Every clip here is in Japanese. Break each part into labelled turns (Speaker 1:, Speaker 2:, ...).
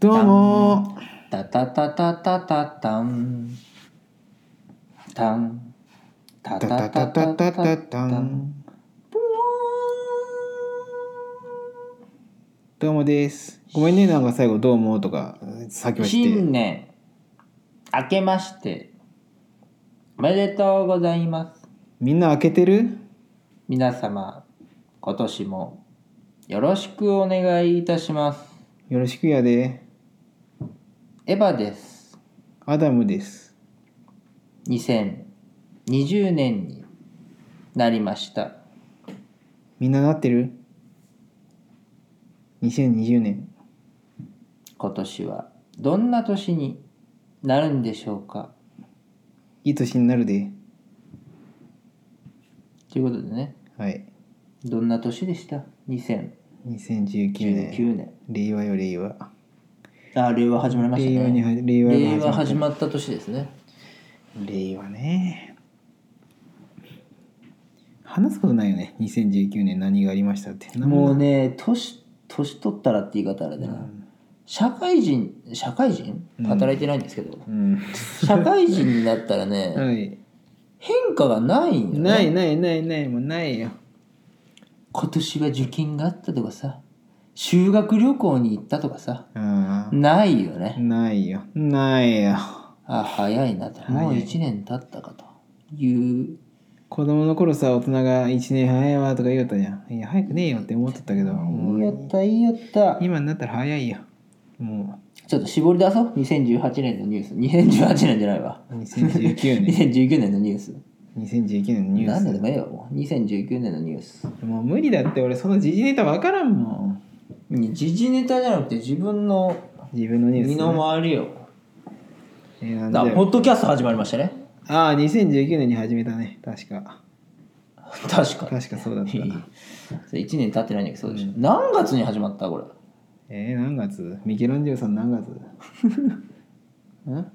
Speaker 1: どうも
Speaker 2: タタタタタタタンタンタ
Speaker 1: ータタタタタタタンどうもですごめんねなんか最後「どうも」とか先走って
Speaker 2: 新年明けましておめでとうございます
Speaker 1: みんな開けてる
Speaker 2: 皆様今年もよろしくお願いいたします
Speaker 1: よろしくやで
Speaker 2: エヴァです
Speaker 1: アダムです
Speaker 2: 2020年になりました
Speaker 1: みんななってる2020年
Speaker 2: 今年はどんな年になるんでしょうか
Speaker 1: いい年になるで
Speaker 2: ということでね
Speaker 1: はい
Speaker 2: どんな年でした2019
Speaker 1: 2019年
Speaker 2: 年、
Speaker 1: 令和よ令和
Speaker 2: あ令和始まりました
Speaker 1: 令和に
Speaker 2: ね
Speaker 1: は令和が
Speaker 2: 令和
Speaker 1: 始
Speaker 2: 始
Speaker 1: まっ
Speaker 2: まった年ですね
Speaker 1: た令和ね話すことないよね2019年何がありましたって何
Speaker 2: も
Speaker 1: も
Speaker 2: う
Speaker 1: ない
Speaker 2: ね年年取ったらって言い方あれだな、社会人社会人
Speaker 1: うん
Speaker 2: 働いてないんですけど、
Speaker 1: うん
Speaker 2: 社会人になったらね、
Speaker 1: はい
Speaker 2: 変化がないんよ、ね、
Speaker 1: ないないないないもうないよ
Speaker 2: 今年は受験があったとかさ修学旅行に行ったとかさ
Speaker 1: あ
Speaker 2: ないよね
Speaker 1: ー、ないよないよ
Speaker 2: あ早いなともう
Speaker 1: 早い
Speaker 2: 1年経ったかという
Speaker 1: 子供の頃さ大人が1年早いわとか言おったじゃんいや早くねえよって思っとったけども
Speaker 2: いいや
Speaker 1: う
Speaker 2: ったいいやった
Speaker 1: 今になったら早いよも
Speaker 2: ちょっと絞り出そう2018年のニュース2018年じゃないわ
Speaker 1: う2019年
Speaker 2: 2019年のニュース
Speaker 1: 2019年のニュ
Speaker 2: 何でも
Speaker 1: ー
Speaker 2: ええよもう2019年のニュース
Speaker 1: スもう無理だって俺その時事ネタ分からんもん
Speaker 2: 時事ネタじゃなくて自分の
Speaker 1: 自分のニュース、
Speaker 2: 身の回りよ
Speaker 1: えーなん
Speaker 2: だ
Speaker 1: だ
Speaker 2: から
Speaker 1: よ
Speaker 2: ポッドキャスト始まりましたね
Speaker 1: ああ2019年に始めたね確か
Speaker 2: 確か
Speaker 1: 確かそうだった
Speaker 2: に 1年経ってないんだけどそうでしょ、何月に始まったこれ
Speaker 1: えー、何月ミケランジェロさん何月 ん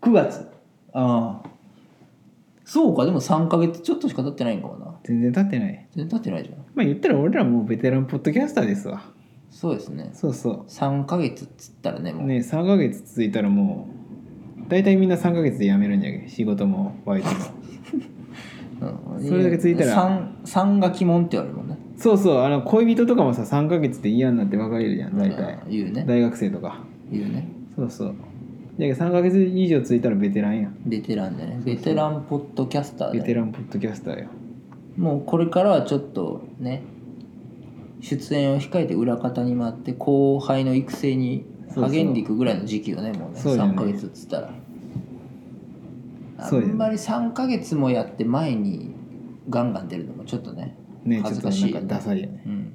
Speaker 2: 9月ああそうかでも3か月ちょっとしか経ってないんかもな
Speaker 1: 全然経ってない
Speaker 2: 全然経ってないじゃん
Speaker 1: まあ言ったら俺らもうベテランポッドキャスターですわ
Speaker 2: そうですね
Speaker 1: そうそ
Speaker 2: 3か月っつったらね
Speaker 1: う
Speaker 2: もう
Speaker 1: ね3ヶ月続いたらもう大体みんな3ヶ月で辞めるんじゃけ仕事もバイトも
Speaker 2: うん
Speaker 1: それだけついたら
Speaker 2: 三三が鬼門って言われるもんね
Speaker 1: そうそうあの恋人とかもさ3ヶ月で嫌になって別れるじゃん大体、
Speaker 2: うん言うね
Speaker 1: 大学生とか
Speaker 2: 言うね
Speaker 1: そうそうじゃけ3ヶ月以上続いたらベテランや
Speaker 2: ベテランだねベテランポッドキャスター
Speaker 1: ベ
Speaker 2: だ、ね
Speaker 1: テ、ランポッドキャスターよ
Speaker 2: もうこれからはちょっとね出演を控えて裏方に回って後輩の育成に励んでいくぐらいの時期よねもうね
Speaker 1: そうだね
Speaker 2: 3ヶ月っつったらあ
Speaker 1: そうんだね
Speaker 2: まり3ヶ月もやって前にガンガン出るのもちょっとね
Speaker 1: ねちょっ
Speaker 2: 恥ず
Speaker 1: と
Speaker 2: か
Speaker 1: な
Speaker 2: し
Speaker 1: ん
Speaker 2: い
Speaker 1: かダサいよね
Speaker 2: うん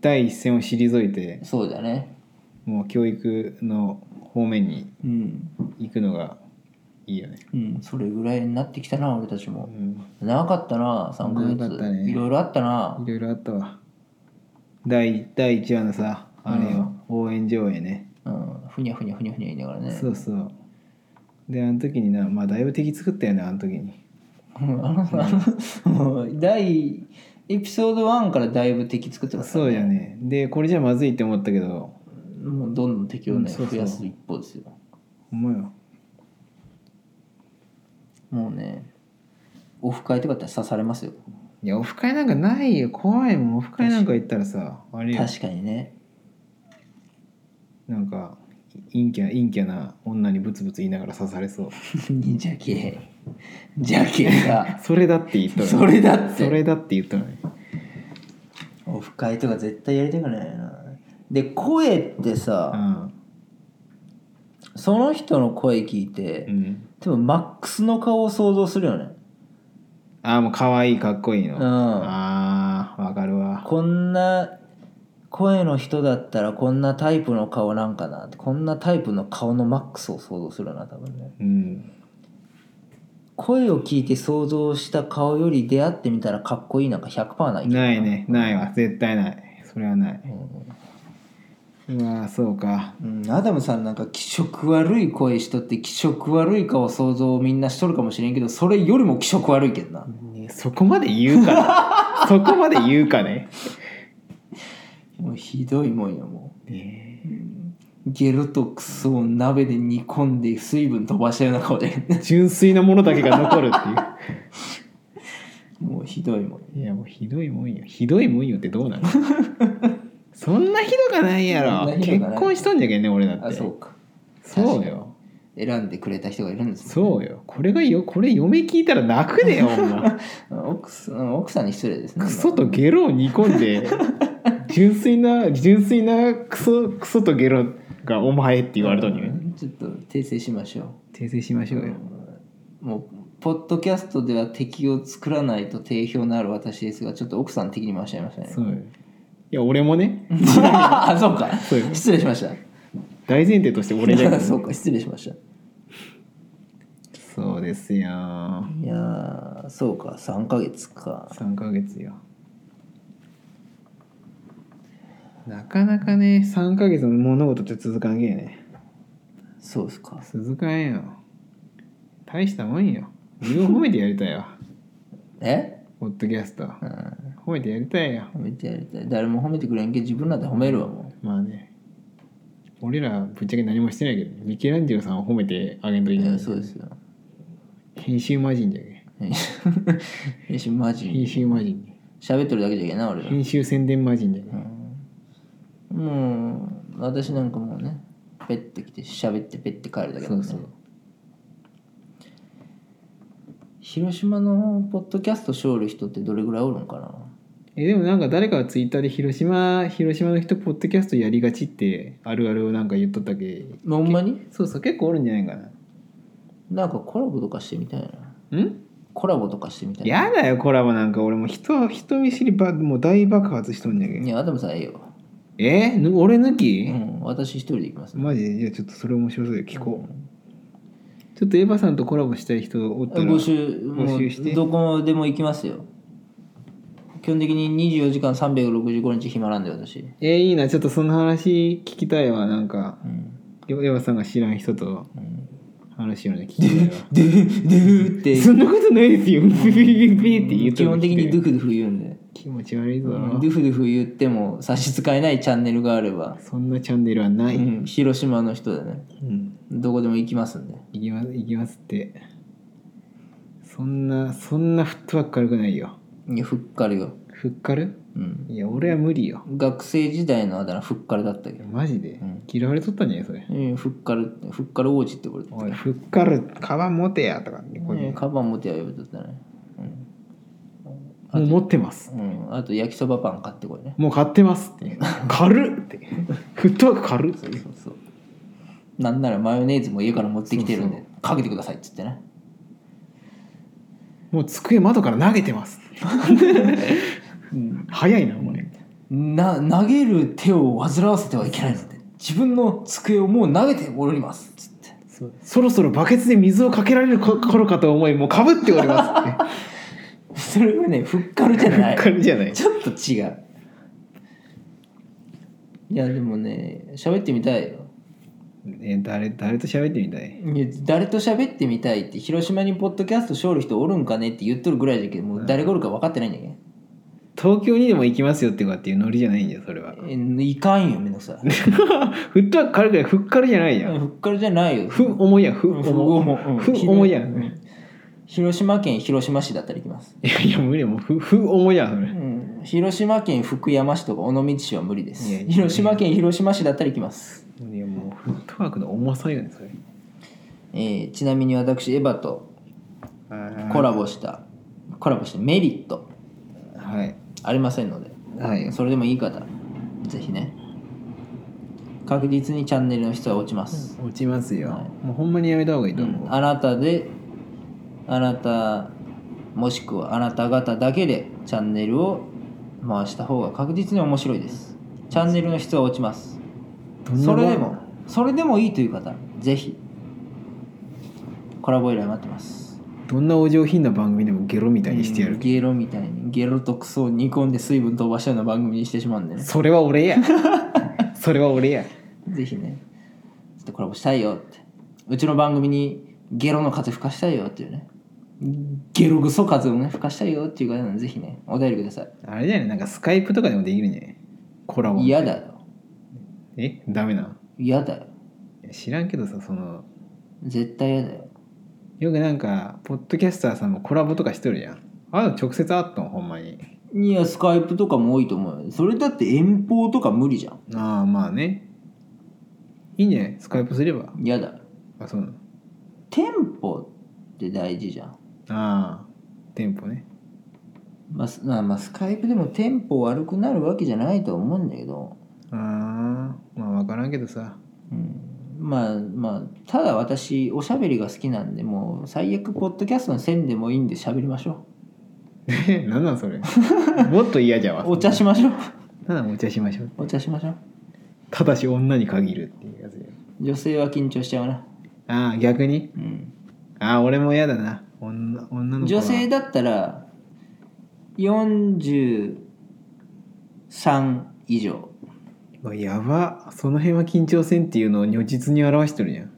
Speaker 1: 第一線を退いて
Speaker 2: そうだね
Speaker 1: もう教育の方面に
Speaker 2: うん
Speaker 1: 行くのがいいよね、
Speaker 2: うんそれぐらいになってきたな俺たちも
Speaker 1: うん
Speaker 2: 長かったな3ヶ
Speaker 1: 長かった
Speaker 2: 月、
Speaker 1: ね
Speaker 2: いろいろあったない
Speaker 1: ろいろあったわ第第1話のさあれよ、応援上映ね
Speaker 2: うんふにゃふにゃふにゃふにゃ言いながらね
Speaker 1: そうそうであの時になまあだいぶ敵作ったよねあの時に
Speaker 2: うん あのあのもう第エピソード1からだいぶ敵作ってますから
Speaker 1: そうやねでこれじゃまずいって思ったけど
Speaker 2: もうどんどん敵を
Speaker 1: うん
Speaker 2: ね、
Speaker 1: そうそう
Speaker 2: 増やす一方ですよ
Speaker 1: ほんまよ
Speaker 2: もうねオフ会とかだって刺されますよ
Speaker 1: いやオフ会なんかないよ怖いもんオフ会なんか行ったらさあれよ
Speaker 2: 確かにね
Speaker 1: なんか陰キャ陰キャな女にブツブツ言いながら刺されそう
Speaker 2: じゃけじゃけ が
Speaker 1: それだって言ったのに
Speaker 2: それだって
Speaker 1: それだって言ったのに
Speaker 2: オフ会とか絶対やりたくないなで声って
Speaker 1: う
Speaker 2: さ、
Speaker 1: ん
Speaker 2: その人の声聞いて、
Speaker 1: うん
Speaker 2: 多分マックスの顔を想像するよね
Speaker 1: ああもう可愛いかっこいいの、
Speaker 2: うん
Speaker 1: ああわかるわ
Speaker 2: こんな声の人だったらこんなタイプの顔なんかなってこんなタイプの顔のマックスを想像するな多分ね
Speaker 1: うん
Speaker 2: 声を聞いて想像した顔より出会ってみたらかっこいいなんか100%ないけど
Speaker 1: ないねないわ絶対ないそれはない
Speaker 2: うん
Speaker 1: うわーそうか
Speaker 2: うん、アダムさんなんか気色悪い声しとって気色悪い顔想像をみんなしとるかもしれんけどそれよりも気色悪いけんな
Speaker 1: そこまで言う かねそこまで言うかね
Speaker 2: もうひどいもんよもうゲロとクソを鍋で煮込んで水分飛ばしたような顔 で
Speaker 1: 純粋なものだけが残るっていう。
Speaker 2: もうひどいもん
Speaker 1: いやもうひどいもんよひどいもんよってどう なのそんなひどかないや
Speaker 2: そん
Speaker 1: ろ
Speaker 2: なひど
Speaker 1: 結
Speaker 2: かない
Speaker 1: 婚しとんじゃけんね俺だって
Speaker 2: あそうか
Speaker 1: そうよ
Speaker 2: 選んでくれた人がいるんですね
Speaker 1: そうよこれがよこれ嫁聞いたら泣くで よほんま
Speaker 2: 奥さん奥さんに失礼ですね
Speaker 1: クソとゲロを煮込ん で純粋な純粋なクソクソとゲロがお前って言われたのに、
Speaker 2: うんちょっと訂正しましょう
Speaker 1: 訂正しましょうよ
Speaker 2: もうポッドキャストでは敵を作らないと定評のある私ですがちょっと奥さん敵に回しちゃいましたね
Speaker 1: そうよいや俺もね
Speaker 2: あそうか
Speaker 1: そうよ
Speaker 2: 失礼しました
Speaker 1: 大前提として俺じゃけど
Speaker 2: そうか失礼しました
Speaker 1: そうですよ
Speaker 2: いやーそうか3ヶ月か
Speaker 1: 3ヶ月よなかなかね3ヶ月の物事って続かんげえね
Speaker 2: そうですか
Speaker 1: 続かんよ大したもんよ自分を褒めてやりたいよ
Speaker 2: え
Speaker 1: ポッドキャスト
Speaker 2: うん
Speaker 1: 褒めてやりたいよ
Speaker 2: 褒めてやりたい誰も褒めてくれんけど自分なんて褒めるわも
Speaker 1: まあね俺らぶっちゃけ何もしてないけどミケランジェロさんを褒めてあげんと
Speaker 2: う
Speaker 1: い
Speaker 2: い
Speaker 1: けな
Speaker 2: や
Speaker 1: い
Speaker 2: そうですよ
Speaker 1: 編集魔人じゃけ
Speaker 2: 編集マジ
Speaker 1: 編集魔人
Speaker 2: 喋ってるだけじゃいけない俺ら
Speaker 1: 編集宣伝魔人じゃけ
Speaker 2: うんもう私なんかもうねペッて来て喋ってペッて帰るだけだからね
Speaker 1: そうそう
Speaker 2: 広島のポッドキャストしょおる人ってどれぐらいおるんかな
Speaker 1: えでもなんか誰かがツイッターで広島広島の人ポッドキャストやりがちってあるあるをなんか言っとったけ
Speaker 2: ほんまに
Speaker 1: そうそう結構おるんじゃないか
Speaker 2: なんかコラボとかしてみたいな
Speaker 1: な。ん
Speaker 2: コラボとかしてみたいな
Speaker 1: やだよコラボなんか俺もう人人見知りばもう大爆発しとんじゃけ
Speaker 2: い
Speaker 1: ん。
Speaker 2: やアダムさんええよ、
Speaker 1: えぬ俺抜き、
Speaker 2: うん、私一人で行きますね
Speaker 1: マジでじゃあちょっとそれ面白そうよ聞こう。ちょっとエヴァさんとコラボしたい人おったら
Speaker 2: 募集
Speaker 1: 募集して
Speaker 2: もうどこでも行きますよ基本的に24時間365日暇なんで私、
Speaker 1: えーいいなちょっとその話聞きたいわなんか
Speaker 2: うん
Speaker 1: エヴァさんが知らん人と
Speaker 2: うん、
Speaker 1: 話をね聞きたいわ。
Speaker 2: ドゥドゥって
Speaker 1: そんなことないですよ。ビビビビって言っ
Speaker 2: 基
Speaker 1: たの
Speaker 2: 本
Speaker 1: 聞き
Speaker 2: 的
Speaker 1: たい
Speaker 2: にドゥフドゥフ言うんで
Speaker 1: 気持ち悪いぞ、
Speaker 2: ドゥフドゥフ言っても差し支えないチャンネルがあれば、
Speaker 1: そんなチャンネルはない、う
Speaker 2: うんん、広島の人でねどこでも行きますんで
Speaker 1: いきますいきますってそんなそんなフットワーク軽くないよ
Speaker 2: いやふっかるよ、
Speaker 1: ふっかる
Speaker 2: うん、
Speaker 1: いや俺は無理よ
Speaker 2: 学生時代のあだ名ふっかるだったけど、
Speaker 1: マジで、
Speaker 2: うん
Speaker 1: 嫌われとったんじゃないそれ
Speaker 2: うん、ふっかるふっかる王子って言われてた
Speaker 1: おいふっかるカバン持てやとかってこう
Speaker 2: う
Speaker 1: い
Speaker 2: ん
Speaker 1: う
Speaker 2: カバン持てや呼ぶとったね
Speaker 1: もう持ってます
Speaker 2: うん、うん、あと焼きそばパン買ってこいね
Speaker 1: もう買ってますっていう軽っってフットワーク軽っって
Speaker 2: そうそうなんならマヨネーズも家から持ってきてるんでかけてくださいっつってね
Speaker 1: もう机窓から投げてます、早いなお前
Speaker 2: な投げる手を煩わせてはいけないので自分の机をもう投げておりますっつって
Speaker 1: そろそろバケツで水をかけられるこ頃かと思いもうかぶっておりますって
Speaker 2: それはねふっかるじゃない
Speaker 1: 軽いじゃない
Speaker 2: ちょっと違ういやでもね喋ってみたいよ
Speaker 1: え誰誰と喋ってみたい
Speaker 2: いや誰と喋ってみたいって広島にポッドキャストしょる人おるんかねって言っとるぐらいじゃけどもう誰がおるか分かってないんだけど、
Speaker 1: 東京にでも行きますよってかっていうノリじゃないんだよそれは
Speaker 2: えいかんよめんどくさい
Speaker 1: フットワーク軽くないふっかるじゃないやん
Speaker 2: ふっかるじゃないよ
Speaker 1: ふ重いやんふ
Speaker 2: ふ重
Speaker 1: 重
Speaker 2: いうん
Speaker 1: ふ重いやん
Speaker 2: 広島県広島市だったら行きます、
Speaker 1: いやいや無理やもうふふ重いやんそれ
Speaker 2: うん、広島県福山市とか尾道市は無理で
Speaker 1: いや
Speaker 2: す
Speaker 1: いや
Speaker 2: 広島県広島市だったら行きます、
Speaker 1: いやもうフットワークの重さよねそれ
Speaker 2: えーちなみに私エヴァとコラボしたコラボしてメリット
Speaker 1: はい
Speaker 2: ありませんので
Speaker 1: はい
Speaker 2: それでもいい方ぜひね確実にチャンネルの質は落ちます、
Speaker 1: 落ちますよ
Speaker 2: はい
Speaker 1: もうほんまにやめた方がいいと思う
Speaker 2: あなたであなたもしくはあなた方だけでチャンネルを回した方が確実に面白いですチャンネルの質は落ちます
Speaker 1: どんな
Speaker 2: そ
Speaker 1: もん
Speaker 2: れでもそれでもいいという方ぜひコラボ依頼待ってます
Speaker 1: どんなお上品な番組でもゲロみたいにしてや
Speaker 2: うん
Speaker 1: る
Speaker 2: ゲロみたいにゲロとクソを煮込んで水分飛ばしたような番組にしてしまうんでね
Speaker 1: それは俺 やそれは俺や
Speaker 2: ぜひね、ちょっとコラボしたいよって。うちの番組にゲロの風吹かしたいよっていうね。ゲログソ風をね、吹かしたいよっていう方なんで、ぜひね、お便りください。
Speaker 1: あれだよねなんかスカイプとかでもできるねコラボ
Speaker 2: 嫌だよ。
Speaker 1: えダメなの
Speaker 2: 嫌だよ
Speaker 1: いや知らんけどさその
Speaker 2: 絶対嫌だよ
Speaker 1: よくなんかポッドキャスターさんもコラボとかしてるじゃんあの直接会ったのほんまに
Speaker 2: いやスカイプとかも多いと思うよそれだって遠方とか無理じゃん
Speaker 1: ああまあねいいんじゃないスカイプすれば
Speaker 2: 嫌だ
Speaker 1: あそうなの
Speaker 2: テンポって大事じゃん
Speaker 1: ああ店舗ね
Speaker 2: まあすまあ、まあスカイプでもテンポ悪くなるわけじゃないとは思うんだけど、
Speaker 1: ああまあ分からんけどさ
Speaker 2: うん、まあまあただ私おしゃべりが好きなんでもう最悪ポッドキャストの線でもいいんで喋りましょ
Speaker 1: えなんなんそれもっと嫌じゃわ
Speaker 2: うお茶しましょう
Speaker 1: ただお茶しましょう
Speaker 2: お茶しましょう
Speaker 1: ただし女に限るっていうやつよ
Speaker 2: 女性は緊張しちゃうな、
Speaker 1: ああ逆に
Speaker 2: うん、
Speaker 1: ああ俺も嫌だな女女の子は
Speaker 2: 女性だったら43以上
Speaker 1: うわやばその辺は緊張せんっていうのを如実に表してるじゃん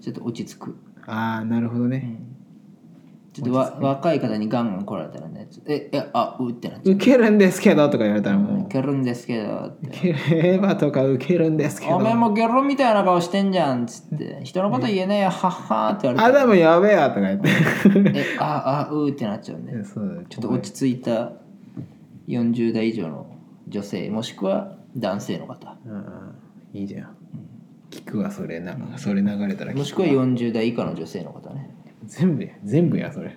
Speaker 2: ちょっと落ち着く、
Speaker 1: ああなるほど
Speaker 2: う
Speaker 1: ね、
Speaker 2: ん、ちょっとわ若い方にガンガン来られたらねちょっとええあうってなっちゃう
Speaker 1: 受けるんですけどとか言われたらも
Speaker 2: いけるんですけどっ
Speaker 1: う
Speaker 2: て
Speaker 1: 受ければとか受けるんですけど
Speaker 2: お前もゲロみたいな顔してんじゃんっつって人のこと言えないよはっはーって言わ
Speaker 1: ア
Speaker 2: れて
Speaker 1: ダムやべえやとか言って
Speaker 2: えああうーってなっちゃうんで
Speaker 1: そう
Speaker 2: ちょっと落ち着いた40代以上の女性もしくは男性の方
Speaker 1: ああいいじゃん聞くわそれなそれ流れたら聞く
Speaker 2: もしくは40代以下の女性の方ね
Speaker 1: 全部や全部やそれ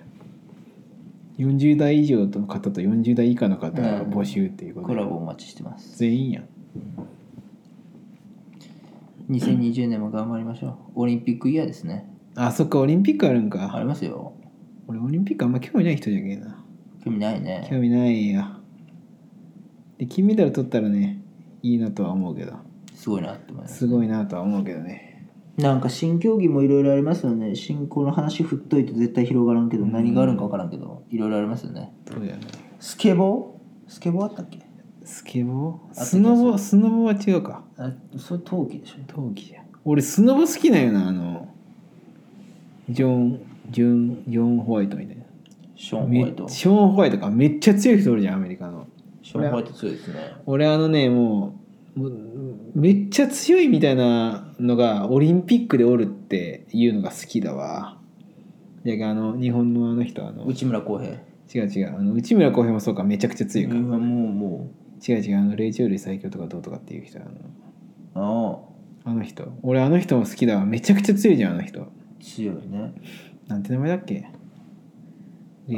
Speaker 1: 40代以上の方と40代以下の方が募集っていうこと、
Speaker 2: コラボお待ちしてます
Speaker 1: 全員やん
Speaker 2: 2020年も頑張りましょうオリンピックイヤーですね
Speaker 1: あそっかオリンピックあるんか、
Speaker 2: ありますよ
Speaker 1: 俺オリンピックあんま興味ない人じゃけえな
Speaker 2: 興味ないね
Speaker 1: 興味ないやで金メダル取ったらねいいなとは思うけど
Speaker 2: すごいなって思います
Speaker 1: すごいなとは思うけどね
Speaker 2: なんか新競技もいろいろありますよね新興の話振っといて絶対広がらんけど何があるんか分からんけどいろいろありますよね
Speaker 1: そうやね
Speaker 2: スケボースケボーあったっけ
Speaker 1: スケボー
Speaker 2: あと
Speaker 1: スノボスノボは違うか
Speaker 2: あそれ陶器でしょ
Speaker 1: 陶器じゃん俺スノボ好きなんよなあのジョンジョンジョンホワイトみたいな
Speaker 2: ショーン・
Speaker 1: め
Speaker 2: ホワイトシ
Speaker 1: ショーン・ホワイトかめっちゃ強い人おるじゃんアメリカの
Speaker 2: ョーン・ホワイト強いですね
Speaker 1: 俺あのねもうもうめっちゃ強いみたいなのがオリンピックでおるっていうのが好きだわじゃああの日本のあの人あの
Speaker 2: 内村航平
Speaker 1: 違う違うあの内村航平もそうかめちゃくちゃ強いか、
Speaker 2: うわもうも
Speaker 1: 違う違うあの霊長類最強とかどうとかっていう人あの
Speaker 2: うあ
Speaker 1: あの人俺あの人も好きだわめちゃくちゃ強いじゃんあの人
Speaker 2: あ強いね
Speaker 1: なんて名前だっけ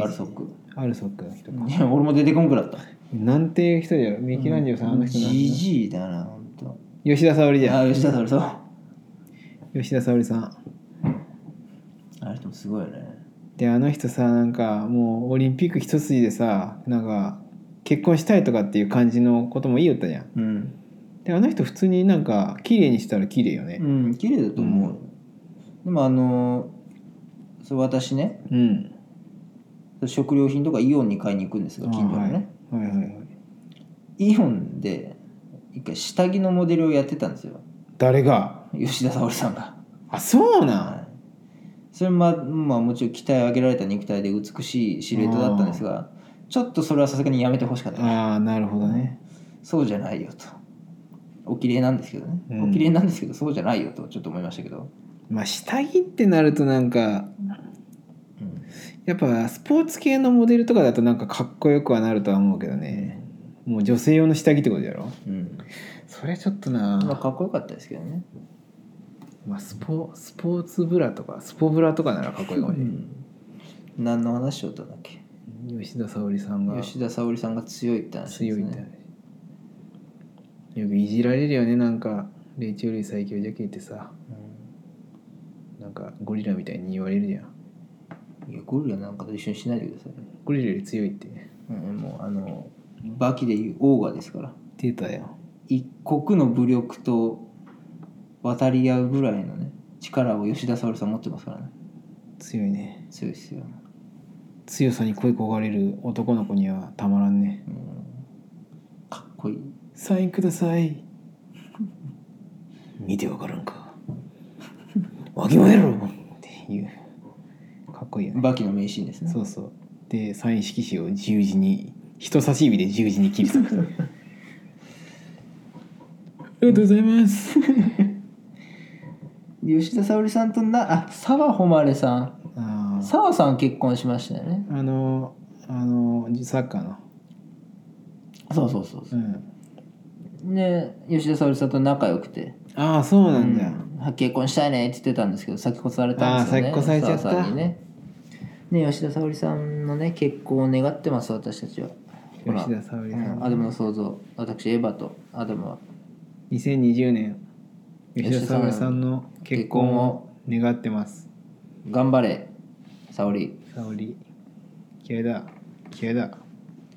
Speaker 2: アルソック
Speaker 1: アルソックの人か、
Speaker 2: いや俺も出てこんくなった
Speaker 1: なんていう人だよミキランジェロさん、あの人なんて
Speaker 2: じじいだなほんと
Speaker 1: 吉田沙保里じゃ
Speaker 2: あ
Speaker 1: ん
Speaker 2: 吉田沙保里そう
Speaker 1: 吉田沙保里さん
Speaker 2: あの人もすごいよね
Speaker 1: であの人さなんかもうオリンピック一筋でさなんか結婚したいとかっていう感じのことも言いよったじゃん
Speaker 2: うん
Speaker 1: であの人普通になんか綺麗にしたら綺麗よね
Speaker 2: うん綺麗だと思うよ、でもあのーそう私ね
Speaker 1: うん、
Speaker 2: 食料品とかイオンに買いに行くんですが近所のね、
Speaker 1: はい、はいはいはい
Speaker 2: イオンで一回下着のモデルをやってたんですよ
Speaker 1: 誰が
Speaker 2: 吉田沙保里さんが
Speaker 1: あそうなん
Speaker 2: はい、それも、まあ、もちろん鍛え上げられた肉体で美しいシルエットだったんですがちょっとそれはさすがにやめてほしかったね
Speaker 1: ああなるほどね
Speaker 2: そうじゃないよとお綺麗なんですけどね、
Speaker 1: うん
Speaker 2: お綺麗なんですけどそうじゃないよとちょっと思いましたけど、
Speaker 1: まあ下着ってなるとなんかやっぱスポーツ系のモデルとかだとなんかかっこよくはなるとは思うけどねもう女性用の下着ってことやろ
Speaker 2: うん
Speaker 1: それちょっとな
Speaker 2: まあ、かっこよかったですけどね、
Speaker 1: まあ、スポスポーツブラとかスポブラとかならかっこいいかもし
Speaker 2: う
Speaker 1: れない、
Speaker 2: ん、何の話しようとだっけ
Speaker 1: 吉田沙保里さんが
Speaker 2: 吉田沙保里さんが強いって話で
Speaker 1: 強
Speaker 2: す
Speaker 1: いって
Speaker 2: ね
Speaker 1: よくいじられるよねなんか霊長類最強じゃけってさなんかゴリラみたいに言われるじゃん
Speaker 2: うんいやゴリラなんかと一緒にしないでください、
Speaker 1: ゴリラより強いって
Speaker 2: うん、もうあのバキでいうオーガですから
Speaker 1: 出たよ
Speaker 2: 一国の武力と渡り合うぐらいのね力を吉田沙保里さん持ってますからね
Speaker 1: 強いね
Speaker 2: 強いですよ、
Speaker 1: 強さに恋焦がれる男の子にはたまらんね
Speaker 2: うん、かっこいい
Speaker 1: サインください見てわからんかわきまえろっていうかっこいいよね
Speaker 2: バキの名シーンですね
Speaker 1: そうそうでサイン色紙を十字に人差し指で 十字に切り裂くありがとうございます
Speaker 2: 吉田沙保里さんとなあ澤穂希さん
Speaker 1: あー
Speaker 2: 澤さん結婚しましたよね
Speaker 1: あのあのサッカーの
Speaker 2: そうそうそう
Speaker 1: う
Speaker 2: そ
Speaker 1: ん
Speaker 2: うで吉田沙保里さんと仲良くて
Speaker 1: ああそうなんだ、
Speaker 2: うん結婚したいねって言ってたんですけど先越されたんですよね
Speaker 1: あー先越されちゃった
Speaker 2: 澤さんにねね吉田沙保里さんのね結婚を願ってます私たちはほら
Speaker 1: 吉田沙保里さ
Speaker 2: うん
Speaker 1: ん、
Speaker 2: アダムの創造私エヴァとアダムは
Speaker 1: 2020年
Speaker 2: 吉
Speaker 1: 吉田
Speaker 2: 田沙
Speaker 1: 沙
Speaker 2: 保
Speaker 1: 保里
Speaker 2: 里さ
Speaker 1: さ
Speaker 2: ん
Speaker 1: んの結婚を願ってます
Speaker 2: 頑張れ沙織
Speaker 1: 沙保里気合だ気合だ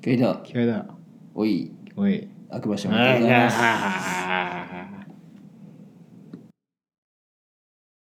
Speaker 2: ゲイだ
Speaker 1: 気合だ
Speaker 2: おい
Speaker 1: おい
Speaker 2: あくましておめでとうございます
Speaker 1: あ